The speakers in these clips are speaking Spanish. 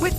With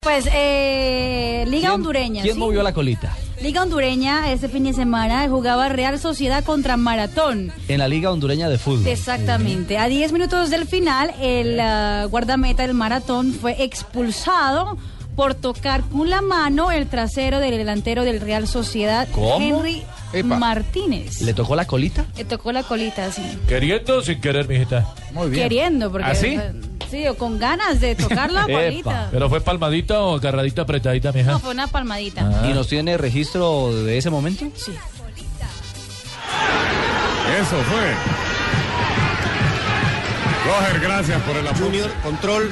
Pues eh, Liga Hondureña. ¿Quién ¿sí? movió la colita? Liga Hondureña este fin de semana jugaba Real Sociedad contra Maratón. En la Liga Hondureña de Fútbol. Exactamente. A 10 minutos del final, Eh. el ah, guardameta del Maratón fue expulsado por tocar con la mano el trasero del delantero del Real Sociedad, ¿Cómo? Henry Epa. Martínez. ¿Le tocó la colita? Le tocó la colita así, Queriendo o sin querer, mijita. Muy queriendo, porque ¿Ah, sí? sí, o con ganas de tocar la colita. Pero fue palmadita o agarradita apretadita, mija. Ah. No, fue una palmadita. ¿Y nos tiene registro de ese momento? Sí. Eso fue. Roger, gracias por el apoyo. Junior, control,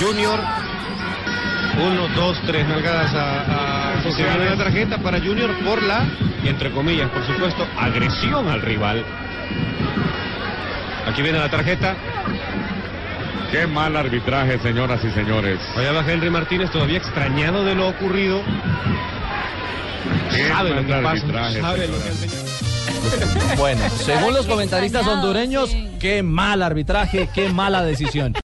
Junior. Uno, dos, tres nalgadas a, a se gana la tarjeta para Junior por la, y entre comillas, por supuesto, agresión al rival. Aquí viene la tarjeta. Qué mal arbitraje, señoras y señores. Allá va Henry Martínez, todavía extrañado de lo ocurrido. Qué Sabe lo mal que pasa, arbitraje, sabe lo que señoras. Bueno, según los comentaristas extrañado, hondureños, sí. qué mal arbitraje, qué mala decisión.